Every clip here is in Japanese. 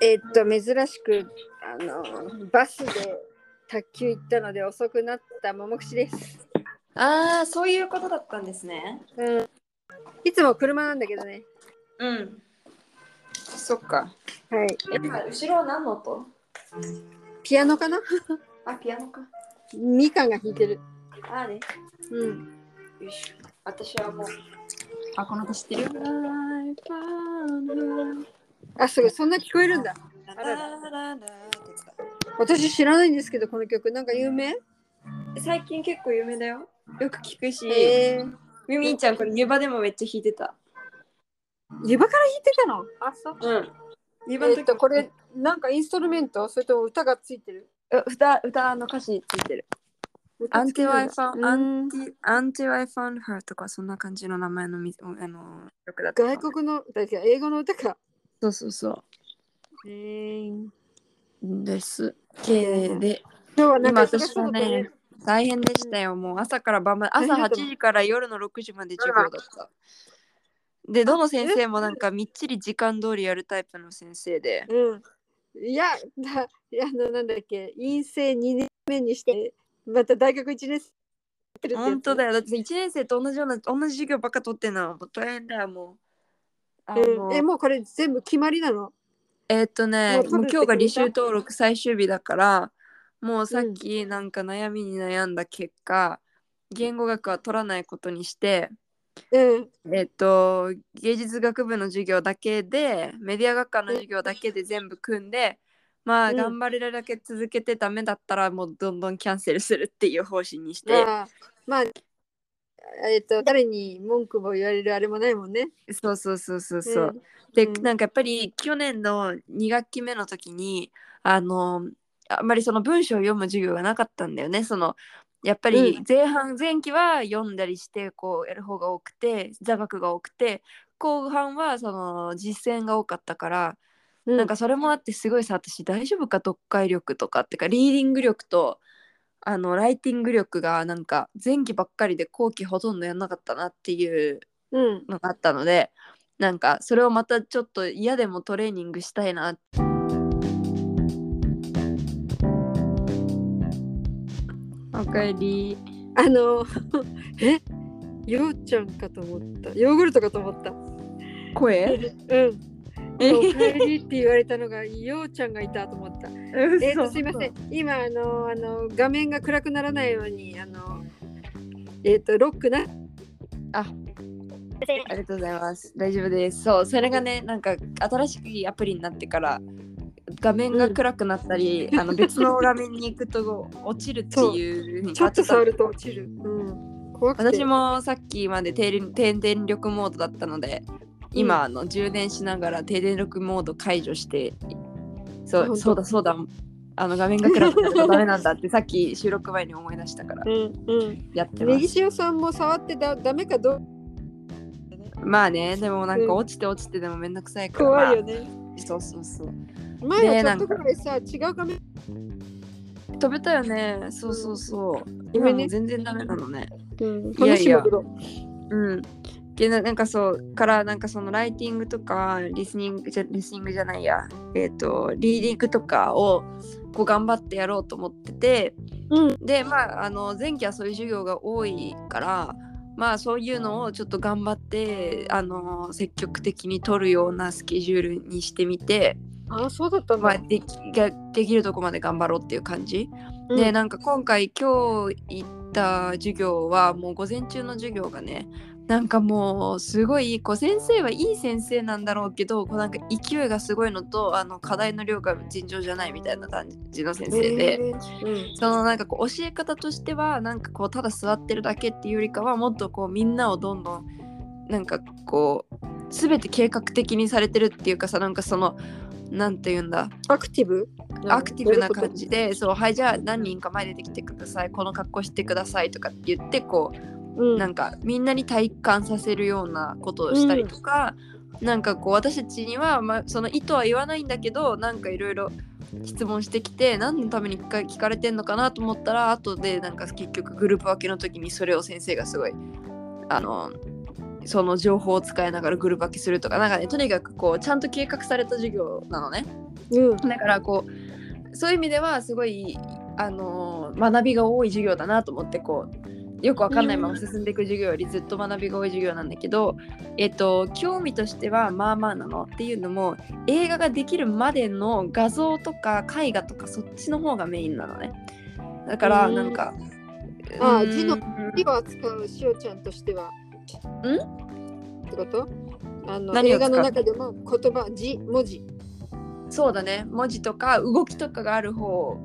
えーっと、珍しく、あの、バスで卓球行ったので遅くなった桃口です。ああ、そういうことだったんですね。うん。いつも車なんだけどね。うん。そっか。はい。え今、後ろは何の音ピアノかなあ、ピアノか。みかんが弾いてる。あーね。うん。よいしょ。私はもう。あ、この歌知ってるよ。あ、すごい。そんな聞こえるんだ。あらららってやつだ私知らないんですけど、この曲。なんか有名最近結構有名だよ。よく聞くし。えー、ミミィちゃん、これ湯場でもめっちゃ弾いてた。湯葉から弾いてたのあ、そう。うん。湯場のえーっ時と、これ、なんかインストルメントそれとも歌がついてるう歌、歌の歌詞ついてる。アンティワイファン、アンティ、アンティワイファンハーとか、そんな感じの名前のみ、あの、曲だった。外国の、だけど英語の歌か。そうそうそえー、う。です。けで、今日はなんか今忙し私いこはとねね。、大変でしたよ。もう朝から晩まで、大変だ朝8ったの時から夜の6時まで授業だった。で、どの先生もなんかみっちり時間通りやるタイプの先生で、うん。いや、だいやあのなんだっけ、陰性2年目にして、また大学1年生やってるってやつ本当だよ。だって1年生と同じような、同じ授業ばっか取ってんの、もう大変だよ、もう。あうんのえ、もうこれ全部決まりなのえーっとねも、う取もうる今日がって決履修めた登録最終日だから、もうさっきなんか悩みに悩んだ結果、言語学は取らないことにして、うん。えーっと、芸術学部の授業だけで、メディア学科の授業だけで全部組んで、まあ、うん頑張れるだけ続けてダメだったら、もうどんどんキャンセルするっていう方針にして、まあ、まあ、えっと、誰に文句も言われるあれもないもんね。そうそうそうそうそう。ん。で、うんなんかやっぱり去年の2学期目の時にあのあんまりその文章を読む授業がなかったんだよねそのやっぱうりん前半、前期は読んだりしてこうやる方が多くて座学が多くて後半はその実践が多かったから、うなんか、それもあってすごいさ私大丈夫か読解力とかってかリーディング力とあのライティング力がなんか前期ばっかりで後期ほとんどやんなかったなっていううん。のがあったのでなんかそれをまたちょっと嫌でもトレーニングしたいなおかえりあの、 えようちゃんかと思った。ヨーグルトかと思った。声うん。えおかえりって言われたのが、ようちゃんがいたと思った。 えー、とすいません今あのあの画面が暗くならないようにあのえっ、とロックなありがとうございます大丈夫ですそうそれがねなんか新しいアプリになってから画面が暗くなったり、あの別の画面に行くと落ちるっていう風にちょっと変わ触てると落ちる、うん、怖くて私もさっきまで低電低電力モードだったので今、あの充電しながら低電力モード解除してそあ本う当そうだそうだあの画面が暗くなるとダメなんだ ってさっき収録前に思い出したからうんうんやってます右潮さんも触ってだダメかどうまあねでもなんうんか落ちて落ちてでもめんどくさいから、怖いよねまあそうそうそう前ねはなちょっんかとぐらいさ違う画面飛べたよねそうそうそう、ご今めんねもう全然ダメなのねうんい楽やいしむやけどうん。でななんかそうからなんかそのライティングとかリスニングじゃリスニングじゃないやえっ、とリーディングとかをこう頑張ってやろうと思ってて、うでまああの前期はそういう授業が多いからまあそういうのをちょっと頑張ってあの積極的に取るようなスケジュールにしてみて、ああそうだったんだ、まあ、できができるとこまで頑張ろうっていう感じ。うんでなんか今回今日行った授業はもう午前中の授業がねなんかもうすごいこう先生はいい先生なんだろうけどこうなんか勢いがすごいのとあの課題の量が尋常じゃないみたいな感じの先生で、えーうんそのなんかこう教え方としてはなんかこうただ座ってるだけっていうよりかはもっとこうみんなをどんどんなんかこう全て計画的にされてるっていうかさなんかそのなんて言うんだアクティブアクティブな感じで、そう、はい、じゃあ何人か前出てきてください、この格好してくださいとかって言って、こうう、んなんかみんなに体感させるようなことをしたりとか、なんかこう、私たちには、まあ、その意図は言わないんだけど、なんかいろいろ質問してきて、何のために聞か聞かれてんのかなと思ったら、後で、なんか結局グループ分けの時にそれを先生がすごい、あの、その情報を使いながらグルバキするとかなんかねとにかくこうちゃんと計画された授業なのねうんだからこうそういう意味ではすごいあのー学びが多い授業だなと思ってこうよくわかんないまま進んでいく授業よりずっと学びが多い授業なんだけど、えっと、興味としてはまあまあなのっていうのも映画ができるまでの画像とか絵画とかそっちの方がメインなのねだからうんなんか、あうん字の字を扱うしおちゃんとしては。んってことあの何を使う映画の中でも言葉、字、文字。そうだね文字とか動きとかがある方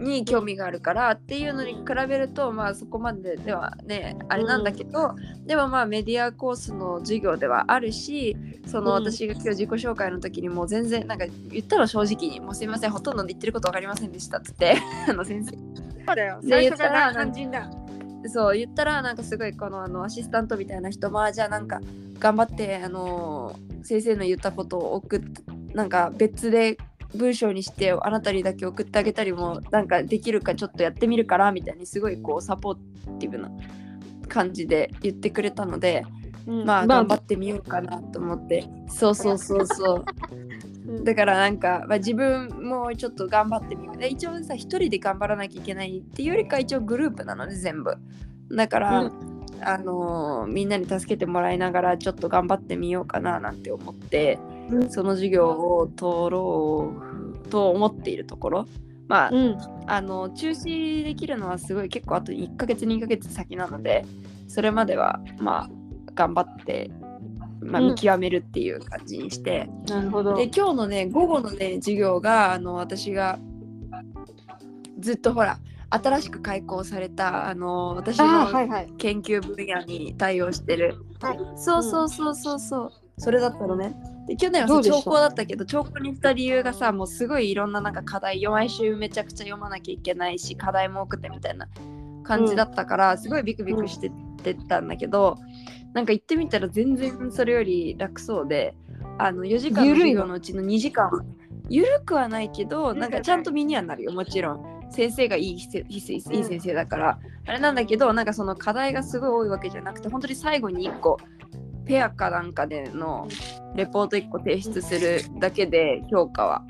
に興味があるからっていうのに比べるとまあそこまでではねあれなんだけど、でもまあメディアコースの授業ではあるしそのうん私が今日自己紹介の時にもう全然なんか言ったら正直に「もうすいませんほとんど言ってること分かりませんでした」っつって あの先生そうだよ。で最初か言ったららなん肝心だ。そう言ったらなんかすごいこのあのアシスタントみたいな人まあじゃあなんか頑張ってあの先生の言ったことを送っなんか別で文章にしてあなたにだけ送ってあげたりもなんかできるかちょっとやってみるからみたいにすごいこうサポーティブな感じで言ってくれたので、まあ頑張ってみようかなと思って、そうそうそうそううん だからなんか、まあ、自分もちょっと頑張ってみるで一応さ一人で頑張らなきゃいけないっていうよりか一応グループなので全部だから、うんあのーみんなに助けてもらいながらちょっと頑張ってみようかななんて思って、うんその授業を取ろうと思っているところまあ、うんあの中止できるのはすごい結構あと1ヶ月2ヶ月先なのでそれまではまあ頑張って、まあ、うん見極めるっていう感じにして、なるほど。で今日のね午後のね授業があの私がずっとほら新しく開講されたあの私ああ、のはいはい。研究分野に対応してる、はいそうそうそうそうそうそれだったのねで去年はどそううでした長考だったけど長考にした理由がさもうすごいいろんななんか課題毎週めちゃくちゃ読まなきゃいけないし課題も多くてみたいな感じだったから、すごいビクビクしてってたんだけど、なんか行ってみたら全然それより楽そうであの4時間の緩授いの業のうちの2時間はゆるくはないけどんなんかちゃんと身にはなるよもちろん先生がいいせいいせいい先生だから、あれなんだけどなんかその課題がすごい多いわけじゃなくて本当に最後に1個ペアかなんかでのレポート1個提出するだけで評価は。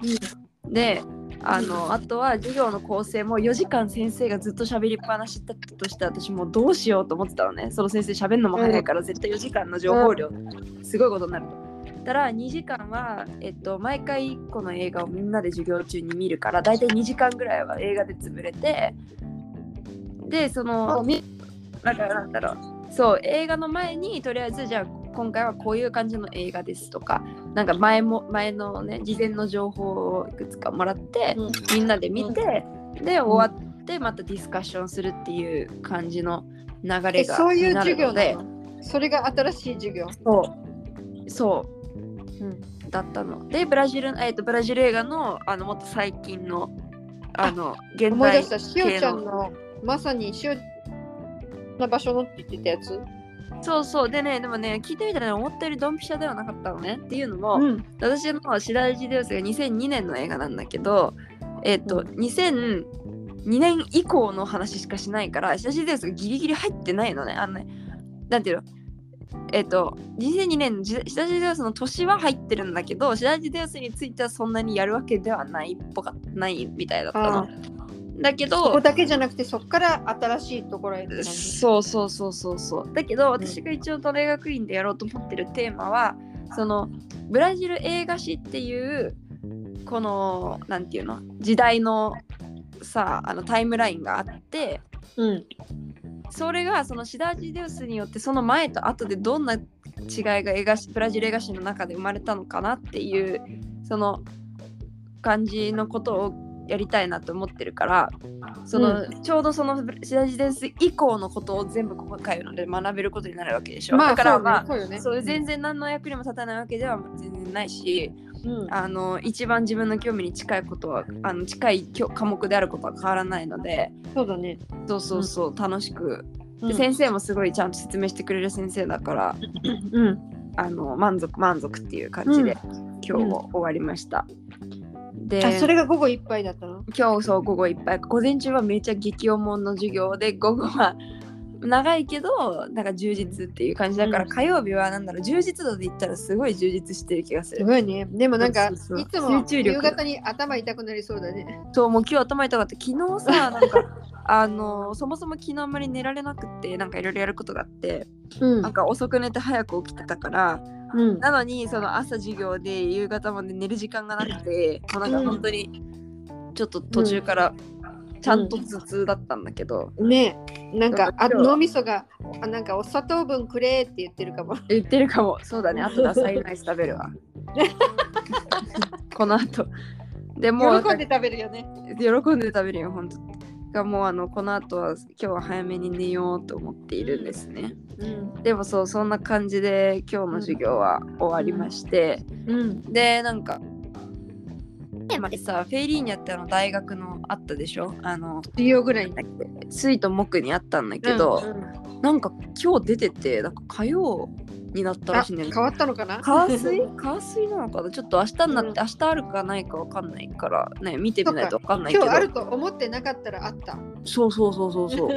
であのあとは授業の構成も4時間先生がずっと喋りっぱなしだったとして私もうどうしようと思ってたのねその先生喋るのも早いから絶対4時間の情報量すごいことになると。たら2時間は、えっと、毎回1個の映画をみんなで授業中に見るから大体2時間ぐらいは映画で潰れてでそのみなんかなんだろうそう映画の前にとりあえずじゃあ今回はこういう感じの映画ですとかなんか前も前のね事前の情報をいくつかもらって、うんみんなで見て、で終わってまたディスカッションするっていう感じの流れえ、がそういうなる授業のでなのそれが新しい授業。そうそう、だったのでブラジル、えっとブラジル映画のあのもっと最近のあの現思い出代した、しおちゃんの、まさにしおな場所のって言ってたやつ。そうそうでねでもね聞いてみたら思ったよりドンピシャではなかったのねっていうのも、ん。私の白井デュースが2002年の映画なんだけどえっ、と、う2002年以降の話しかしないから白井デュースがギリギリ入ってないのねあのねなんていうのえっ、と2002年じ白井デュースの年は入ってるんだけど白井デュースについてはそんなにやるわけではないっぽかないみたいだったあのだけどそこだけじゃなくて、そこから新しいところへって感じ。そうそうそうそうそうだけど私が一応大学院でやろうと思ってるテーマはそのブラジル映画史っていうこのなんていうの時代のさあのタイムラインがあってうん。それがそのシダージデウスによってその前と後でどんな違いが映画史ブラジル映画史の中で生まれたのかなっていうその感じのことをやりたいなと思ってるからその、ちょうどそのシダージデウス以降のことを全部ここに通うので学べることになるわけでしょ、まあ、だからそうまねあそうよね。そう全然何の役にも立たないわけでは全然ないしうん。あの一番自分の興味に近いことはあの近いきょ科目であることは変わらないのでそうだね。そうそうそう、楽しくうんで先生もすごいちゃんと説明してくれる先生だからうん。あの満足満足っていう感じで、今日も終わりました。であ、それが午後いっぱいだったの今日そう午後いっぱい午前中はめっちゃ激おもんの授業で午後は長いけどなんか充実っていう感じだから、うん火曜日はなんだろう充実度で言ったらすごい充実してる気がすする。ごいね。でもなんか、そうそうそういつも集中力夕方に頭痛くなりそうだね。そうもう今日頭痛かった昨日 さなんかあのそもそも昨日あんまり寝られなくってなんかいろいろやることがあって、うんなんか遅く寝て早く起きてたからなのにその朝授業で夕方まで寝る時間がなくてもうなんか本当にちょっと途中からちゃんと頭痛だったんだけど、ねえなんかあそう脳みそがあなんかお砂糖分くれって言ってるかも。言ってるかもそうだね後でサイナイス食べる わこの後でも う喜んで食べるよね。喜んで食べるよ本当がもうあのこの後は今日は早めに寝ようと思っているんですね、うんでもそうそんな感じで今日の授業は終わりまして、うんでなんか前までさフェイリーニャってあの大学のあったでしょあの水曜ぐらいに。水と木にあったんだけど、うんうんなんか今日出ててなんか火曜になったらあしいんだよ変ねわったのかな。火水火水なのかなちょっと明日になって、うん明日あるかないかわかんないからね見てみないとわかんないけ今ど日あると思ってなかったらあった。そうそうそうそう そう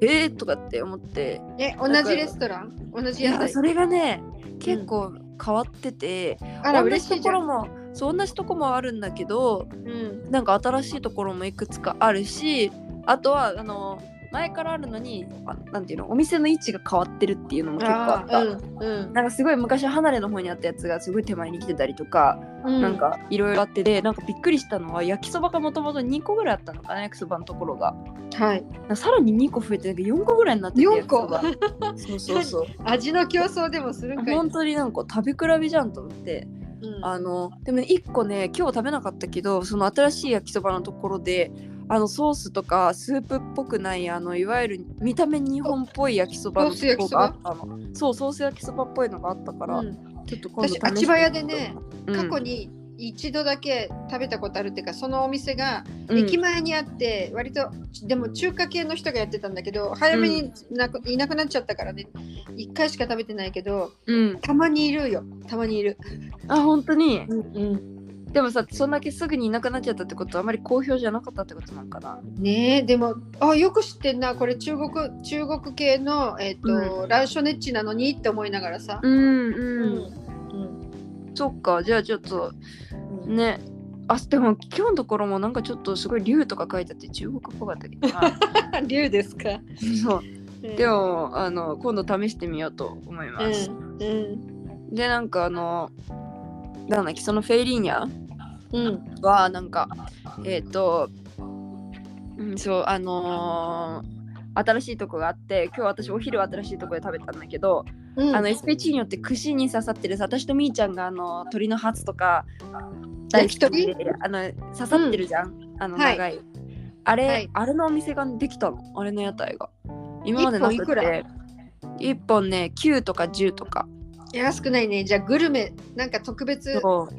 えーとかって思ってえ同じレストラン同いじ屋や台それがね結構変わってて、あら同嬉じしいじとこゃろん。もそう同じとこもあるんだけどうんなんか新しいところもいくつかあるしあとはあの前からあるのにあなんていうのお店の位置が変わってるっていうのも結構あった。ーうんなんかすごい昔離れの方にあったやつがすごい手前に来てたりとか、うん。なんかいろいろあってでなんかびっくりしたのは焼きそばがもともと2個ぐらいあったのかな焼きそばのところがはいなんかさらに2個増えてなんか4個ぐらいになってて4個焼きそばそうそうそう味の競争でもするんかい。本当になんか食べ比べじゃんと思ってうんあのでもね1個ね今日食べなかったけどその新しい焼きそばのところであのソースとかスープっぽくないあのいわゆる見た目日本っぽい焼きそばのところがあったのそうソース焼きそばっぽいのがあったから、うんちょっと今度試し私てみよう秋葉屋でねうん過去に一度だけ食べたことあるっていうかそのお店がうん駅前にあって割とでも中華系の人がやってたんだけど早めになくいなくなっちゃったからね1回しか食べてないけどうんたまにいるよたまにいる、あ本当にうんでもさそんだけすぐにいなくなっちゃったってことはあまり好評じゃなかったってことなんかなねえでもあよく知ってんなこれ中国中国系の、えっとランショネッチなのにって思いながらさ、うんううん、うんそっかじゃあちょっとねあでも今日のところもなんかちょっとすごい竜とか書いてあって中国っぽかったけど な竜ですか、そううんでもあの今度試してみようと思います。うんうんでなんかあのなんだっけそのフェイリーニャうんはなんかえっ、と、うん、そうあのー新しいとこがあって今日私お昼新しいとこで食べたんだけど、うんあのエスペチーニョって串に刺さってるさ私とみーちゃんがあの鳥のハツとか焼き鳥大好きであの刺さってるじゃん、あのはい長い、あれ、はいあれのお店ができたのあれの屋台が今までなくて一本いくら一本ね9とか10とか安くないねじゃあグルメなんか特別そうこう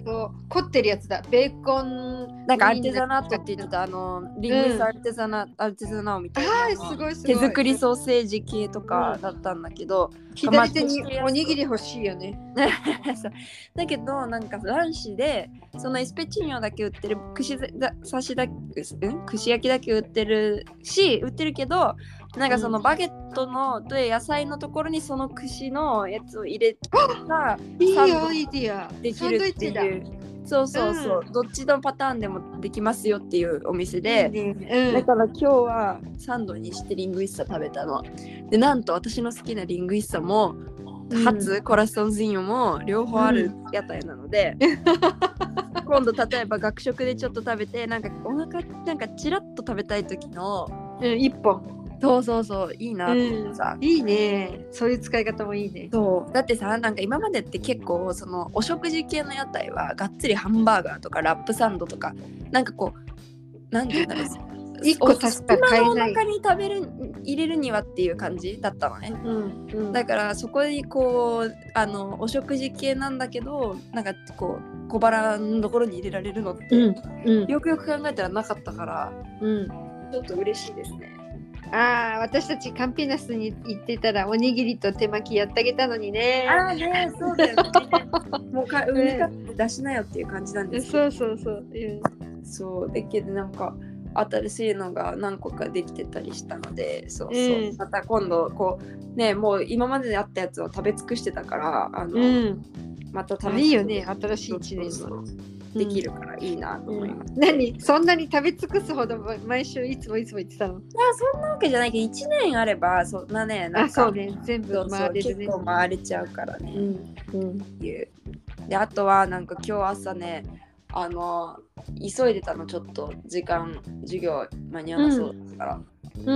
凝ってるやつだベーコンなんかアルテザナートって言ってたあのリングスアルテザナ、アルテザナオみたいなはいあのすごいすごい手作りソーセージ系とかだったんだけど、左手におにぎり欲しいよねそうだけどなんか男子でそのエスペチーニョだけ売ってる串だ刺しだうん串焼きだけ売ってるし売ってるけどなんかそのバゲットのと野菜のところにその串のやつを入れたいいサンよドアイディアでサきンドるイっッてチだいうそうそうそう、どっちのパターンでもできますよっていうお店で。いいねだから今日はサンドにしてリングイッサ食べたの。でなんと私の好きなリングイッサうも、んハツコラソンズインも両方ある屋台なので、今度例えば学食でちょっと食べてなんかお腹なんかチラッと食べたい時のうんうん一本そうそうそういいなと思ってさ。いいねそういう使い方もいいねそうだってさなんか今までって結構そのお食事系の屋台はがっつりハンバーガーとかラップサンドとかなんかこうなんて言うんだ ろう一個足したら買えないお腹に食べる入れるにはっていう感じだったのねうんうんだからそこにこうあのお食事系なんだけどなんかこう小腹のところに入れられるのって、うんうんよくよく考えたらなかったからうんちょっと嬉しいですねああ私たちカンピナスに行ってたらおにぎりと手巻きやってあげたのにねあねそうだよね もうか海かって出しなよっていう感じなんですけどそうそうそう、うんそうだけどなんか新しいのが何個かできてたりしたのでそうそう、うんまた今度こうねもう今までにあったやつを食べ尽くしてたからあの、うん。またあ楽いいしよみにね、新しい一年そうそうは。そうできるからいいなと思います、何そんなに食べ尽くすほど毎週いつもいつも言ってたのいやそんなわけじゃないけど1年あればそんなねなんあかそうね全そ部うそう回れるね結構回れちゃうからね、うんうんっていうであとはなんか今日朝ねあの急いでたのちょっと時間授業間に合わなそうだから、うん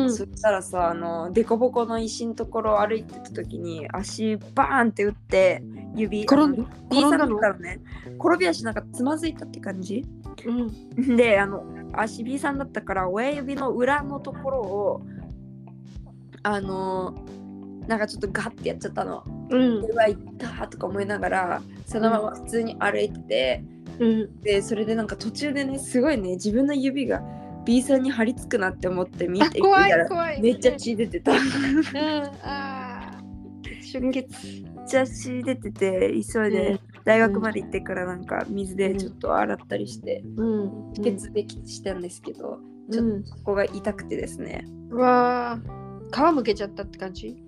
そしたらさあのデコボコの石のところを歩いてた時に足バーンって打って指転んだあ転んのだ B さんのだったのね転び足なんかつまずいたって感じうんであの足 B さんだったから親指の裏のところをあのなんかちょっとガッてやっちゃったの。うんうわ行ったとか思いながらそのまま普通に歩いててうんでそれでなんか途中でねすごいね自分の指が B さんに張り付くなって思って見あて怖見たいら怖いめっちゃ血出てためうんあー出血っちゃ血出てて急いで大学まで行ってからなんか水でちょっと洗ったりしてうん止血できしたんですけどちうょっんとここが痛くてですねうわあ皮むけちゃったって感じ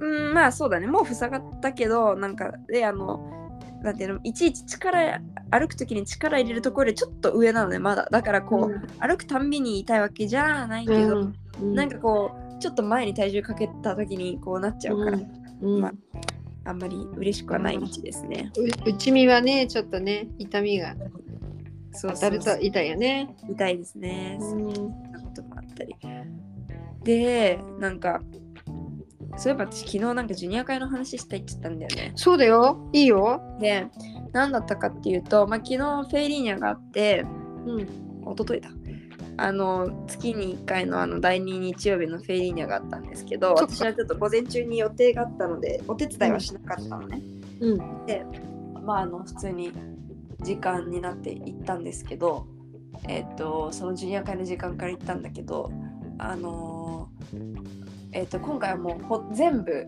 うんまあそうだねもう塞がったけどなんかであのなんていうのいちいち力歩く時に力入れるところよりちょっと上なのねまだだからこう、歩くたんびに痛いわけじゃないけど、うんなんかこうちょっと前に体重かけた時にこうなっちゃうから、うんうんまああんまり嬉しくはない位置ですね。う内身はねちょっとね痛みがそう当そたうるそとう痛いよね痛いですね。そんうんなこともあったり。でなんかそういえば私昨日なんかジュニア会の話したいって言ったんだよね。そうだよいいよで何だったかっていうと、まあ、昨日フェイリーニャがあってうん一昨日だ。あの月に1回のあの第2日曜日のフェイリーニャがあったんですけどそっか私はちょっと午前中に予定があったのでお手伝いはしなかったのね、うんまああの普通に時間になって行ったんですけどえっ、とそのジュニア会の時間から行ったんだけどあのーえっ、と今回はもうほ全部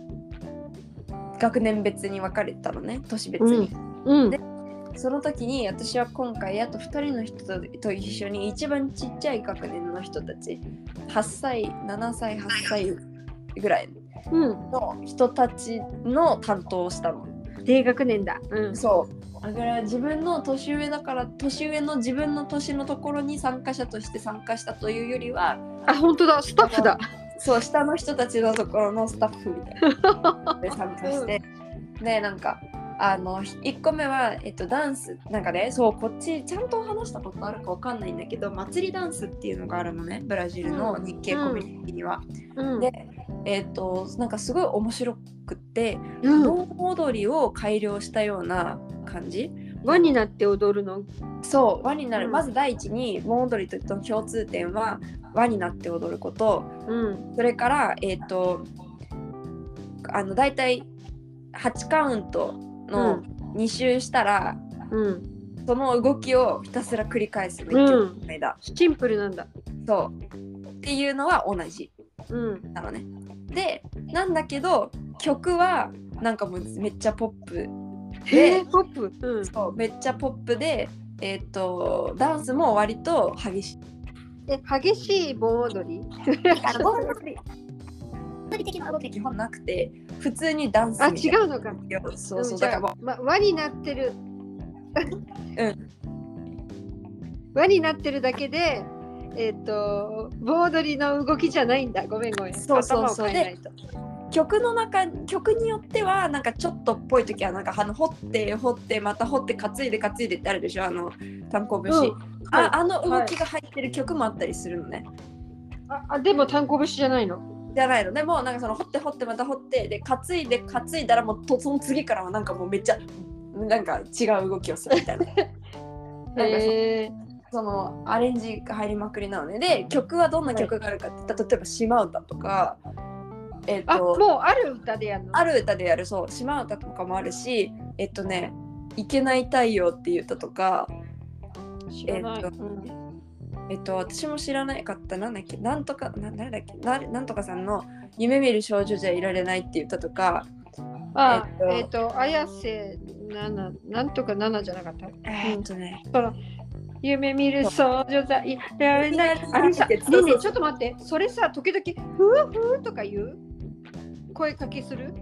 学年別に分かれたのね年別に、うんうんでその時に私は今回あと2人の人とと一緒に一番ちっちゃい学年の人たち8歳7歳8歳ぐらいうんの人たちの担当をしたの。低学年だうんそうだから自分の年上だから年上の自分の年のところに参加者として参加したというよりはあ本当だスタッフだそう下の人たちのところのスタッフみたい なで参加してでなんかあの1個目は、えっと、ダンスなんかねそうこっちちゃんと話したことあるかわかんないんだけど祭りダンスっていうのがあるのねブラジルの日系コミュニティには。うんでえっとなんかすごい面白くってうん盆踊りを改良したような感じ輪になって踊るのそう輪になる、うんまず第一に盆踊りとの共通点は輪になって踊ることうんそれから、えっ、と、あの、大体8カウントうのん2周したら、うんその動きをひたすら繰り返すの、一曲の間。シンプルなんだそう。っていうのは同じうんなのね。で、なんだけど、曲は、なんかもうめっちゃポップ。へえポップうんそう、めっちゃポップで、えっ、と、ダンスも割と激しい。え激しい盆踊りあの、盆踊り盆踊り的な動きは基本なくて、普通にダンスあみたい違なうのかそうそう。んじだかゃらあま、輪になってる輪になってるだけでえっ、と盆踊りの動きじゃないんだごめんごめんそうそうそ頭うを変えないと曲の中曲によってはなんかちょっとっぽい時はなんかあの掘って掘ってまた掘って担いで担いでってあるでしょあの炭鉱節、うんはいああの動きが入ってる曲もあったりするのね、ああでも単行節じゃないのじゃないのでもなんかその掘って掘ってまた掘ってで担いで担いだらもうとその次からはなんかもうめっちゃなんか違う動きをするみたいななんかそへえそのアレンジが入りまくりなのねで曲はどんな曲があるかって言ったら例えば「島唄」とかえっ、あともうある歌でやるのある歌でやるそう島唄とかもあるしえっとね「いけない太陽」っていう歌とか知らない、えっとうんえっと私も知らなかったなんだっけなんとかな誰だっけななんとかさんの「夢見る少女じゃいられない」っていう歌とかあえっとえっ、と綾瀬なななんとかななじゃなかったえーっとねその夢見る少女座いられない。あれさ、ねそうそうえねえちょっと待って、それさ、時々、ふうふうとか言う声かけする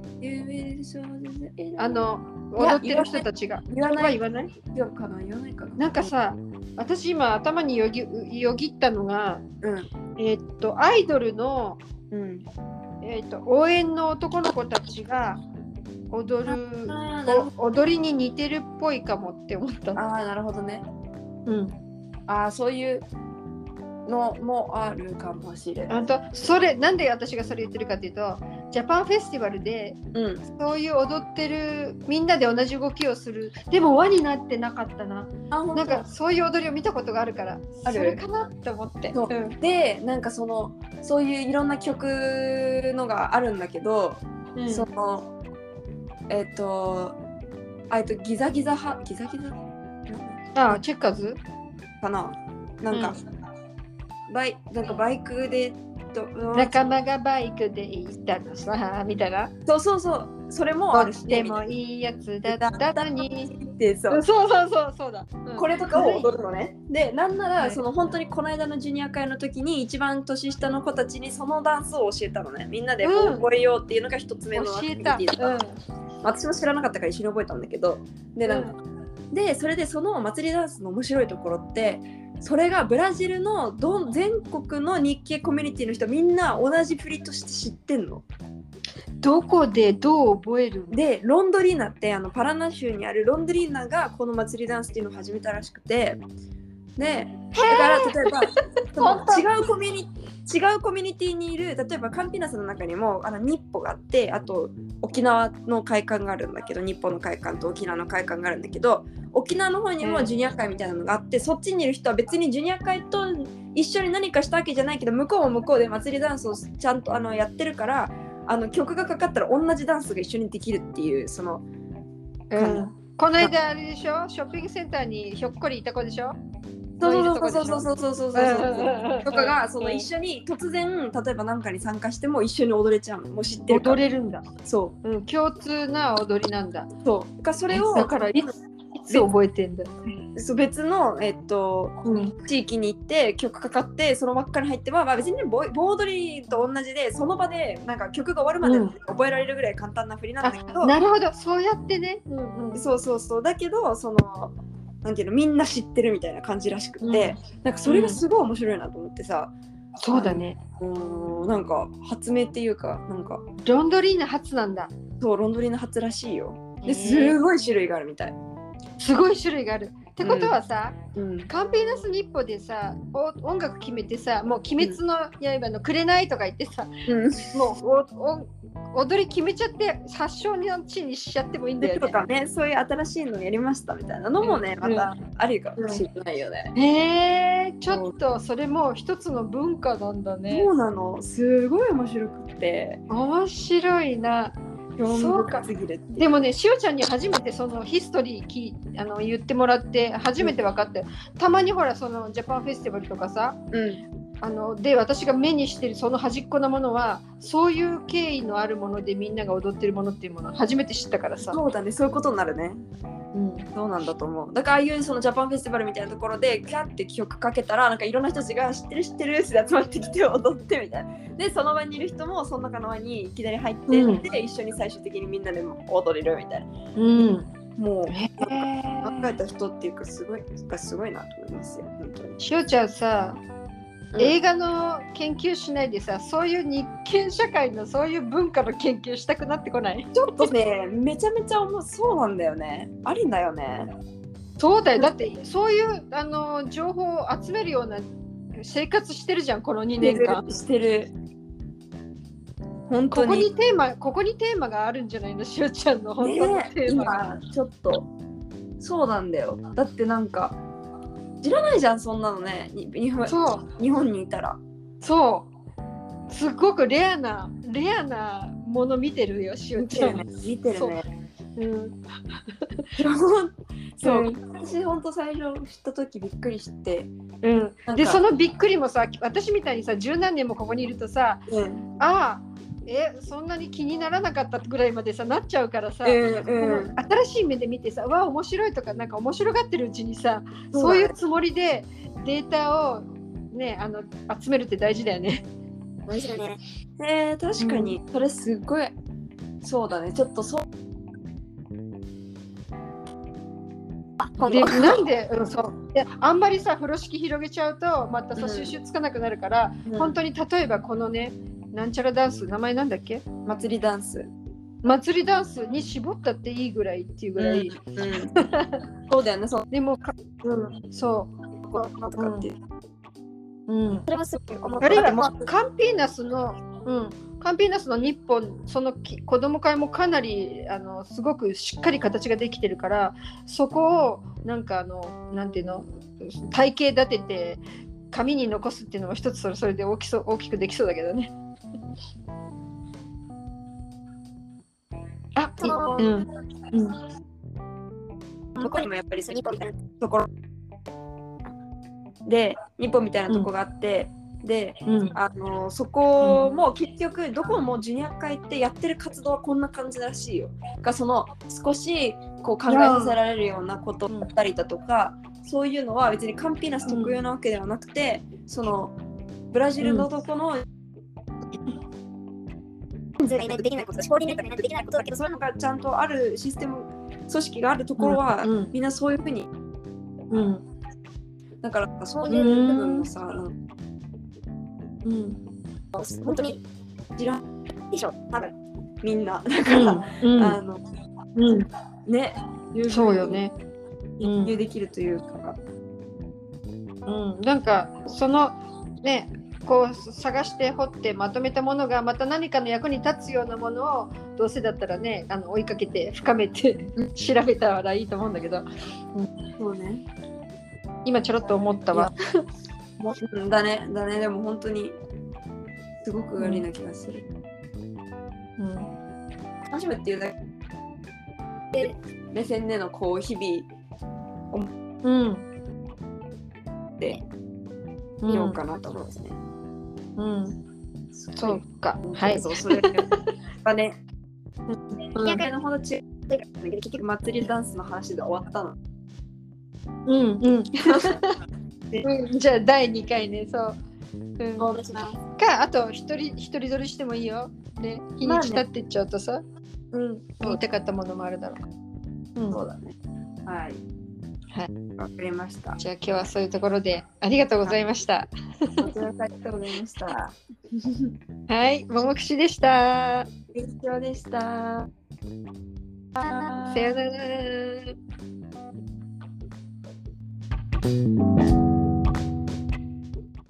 あの、いや踊ってる人たちが。言わはない言わない言わかな言わないかななんかさ、私今頭によぎよぎったのが、うんえーっと、アイドルの、うんえーっと、応援の男の子たちが踊る、あお踊りに似てるっぽいかもって思ったの。あーなるほどねうんああそういうのもあるかもしれないあとそれなんで私がそれ言ってるかっていうとジャパンフェスティバルでうんそういう踊ってるみんなで同じ動きをするでも輪になってなかったなあほなんかそういう踊りを見たことがあるからあるそれかなって思ってそううんでなんかそのそういういろんな曲のがあるんだけど、うんそのえっ、とあえっとギザギザ派ギザギザああチェッカーズかななんか、バイなんかバイクでと仲間がバイクで行ったのさみたいなそうそうそうそれもあとるっしてもいいやつだったのにでそううんそうそうそうそうだ、うんこれとかを踊るのね。でなんなら、はいその本当にこの間のジュニア会の時に一番年下の子たちにそのダンスを教えたのね。みんなでうん覚えようっていうのが一つ目のア教クテえィビテた、ィだった、うん私も知らなかったから一緒に覚えたんだけど。でなんか、でそれでその祭りダンスの面白いところってそれがブラジルのどん全国の日系コミュニティの人みんな同じ振りとして知ってんの。どこでどう覚えるのでロンドリーナってあのパラナ州にあるロンドリーナがこの祭りダンスっていうのを始めたらしくてでだから例 えばその本当違うコミュニ違うコミュニティにいる例えばカンピナスの中にもあの日歩があってあと沖縄の会館があるんだけど日本の会館と沖縄の会館があるんだけど沖縄の方にうもんジュニア会みたいなのがあってそっちにいる人は別にジュニア会と一緒に何かしたわけじゃないけど向こうも向こうで祭りダンスをちゃんとあのやってるからあの曲がかかったら同じダンスが一緒にできるっていうそのうんこの間あれでしょショッピングセンターにひょっこりいた子でしょそうそういうとこでしそょうそうそうそうそうそうそうそうととかがその一緒緒に突然例えば何かに参加しても一緒に踊れちゃうのもう知ってるか踊られるんだ、そうん、共通な踊りなんだうそうだからそれをだからいついつ覚えてんだ、そう別の、えっと、うん、地域に行って曲かかってその輪っかに入っては、まあ、別にねボイ盆踊りと同じでその場でなんか曲が終わるまで覚えられるぐらい簡単な振りなんだけど、なるほどそうやってね、うんうん、そうそうそうだけどそのなんていうのみんな知ってるみたいな感じらしくて、なんかそれがすごい面白いなと思ってさ、そうだねうーんなんか発明っていうかなんかロンドリーナ初なんだそうロンドリーの初らしいよへーですごい種類があるみたい、すごい種類があるってことはさ、うん、カンピーナス日報でさお音楽決めてさもう「鬼滅の刃の紅」とか言ってさ、もうおお踊り決めちゃって殺傷の地にしちゃってもいいんだでよとねかねそういう新しいのやりましたみたいなのもね、うんまたあるかもしれないよね、へえちょっとそれも一つの文化なんだねそうなのすごい面白くって面白いな興味深すぎるっていでもねしおちゃんに初めてそのヒストリーきあの言ってもらって初めて分かってたまにほらそのジャパンフェスティバルとかさうあので私が目にしてるその端っこなものはそういう経緯のあるものでみんなが踊ってるものっていうものを初めて知ったからさ、そうだねそういうことになるねうん、そうなんだと思うだからああいうそのジャパンフェスティバルみたいなところでキャって曲かけたらなんかいろんな人たちが知ってる知ってるって集まってきて踊ってみたいなでその場にいる人もその中の輪にいきなり入ってって、うんで一緒に最終的にみんなで踊れるみたいなうん、もうへ考ええた人っていうかすごいがすごいなと思いますよ本当に、しおちゃんさ、うん映画の研究しないでさそういう日系社会のそういう文化の研究したくなってこないちょっとねめちゃめちゃ思うそうなんだよねありんだよねそうだよだってそういうあの情報を集めるような生活してるじゃんこの2年間してる本当ここににテーマここにテーマがあるんじゃないのしおちゃんの本当のねえテーマが、今ちょっとそうなんだよだってなんか知らないじゃんそんなのねに日本そう日本にいたらそうすっごくレアなレアなもの見てるよしおちゃん、見てるねうん、そう、う私ほんと最初知った時びっくりしてうん、なんでかそのびっくりもさ私みたいにさ十何年もここにいるとさうんああえそんなに気にならなかったぐらいまでさなっちゃうからさ、うん新しい目で見てさうわ面白いとかなんか面白がってるうちにさそそうだねういうつもりでデータをねあの集めるって大事だよね。面白いね。うん。えー、確かに、それすごい。そうだね、ちょっとそう。あ、今で度。なんで、うん、そうであんまりさ風呂敷広げちゃうとまたうさん収集つかなくなるから、本本当に例えばこのねなんちゃらダンス名前なんだっけ当祭りダンス。祭りダンスに絞ったっていいぐらいっていうぐらい、そうだよね、そう。でもか、うん、そうとかって。うん。それはすごい思った。あるいはまもうカンピーナスの、うん、カンピーナスの日本そのき子供会もかなりあのすごくしっかり形ができてるからそこをなんかあのなんていうの体型立てて紙に残すっていうのも一つそれそれで大きそう大きくできそうだけどね。あいうん向こうにもやっぱりそう日本みたいなところで日本みたいなとこがあって、でうんあのそこも結局どこもジュニア会ってやってる活動はこんな感じらしいよ。がその少しこう考えさせられるようなことだったりだとか、そういうのは別にカンピーナス特有なわけではなくて、そのブラジルのとこの人数がいないとできないこと、絞りないとできないことだけど、それなんかちゃんとあるシステム組織があるところは、うんみんなそういうふうにうんだからそういう部分もさ、なんかうん本当に知らんいいでしょ、多分。みんなだから、あのうんねうんそうよね。うん入できるというか、うん、なんかそのねこう探して掘ってまとめたものがまた何かの役に立つようなものをどうせだったらねあの追いかけて深めて調べたらいいと思うんだけどそうね今ちょろっと思ったわ。うん、だねだねでも本当にすごくありな気がする、うん楽しむっていうだけ目線でのこう日々うんでうん見ようかなと思うんですね、うん、そうかははいい、そうそれがねう2ん回のほど中結局祭りダンスの話で終わったのうんうん うんじゃあ第2回ねそう、うん、こうですな。かあと一人一人撮りしてもいいよね日にち経ってっちゃうとさ、うん言いたかったものもあるだろうから、うんそうだねはいはいわかりましたじゃあ今日はそういうところでありがとうございました。こちらこそありがとうございましたはい、ももくしでした。勉強でしたさようなら。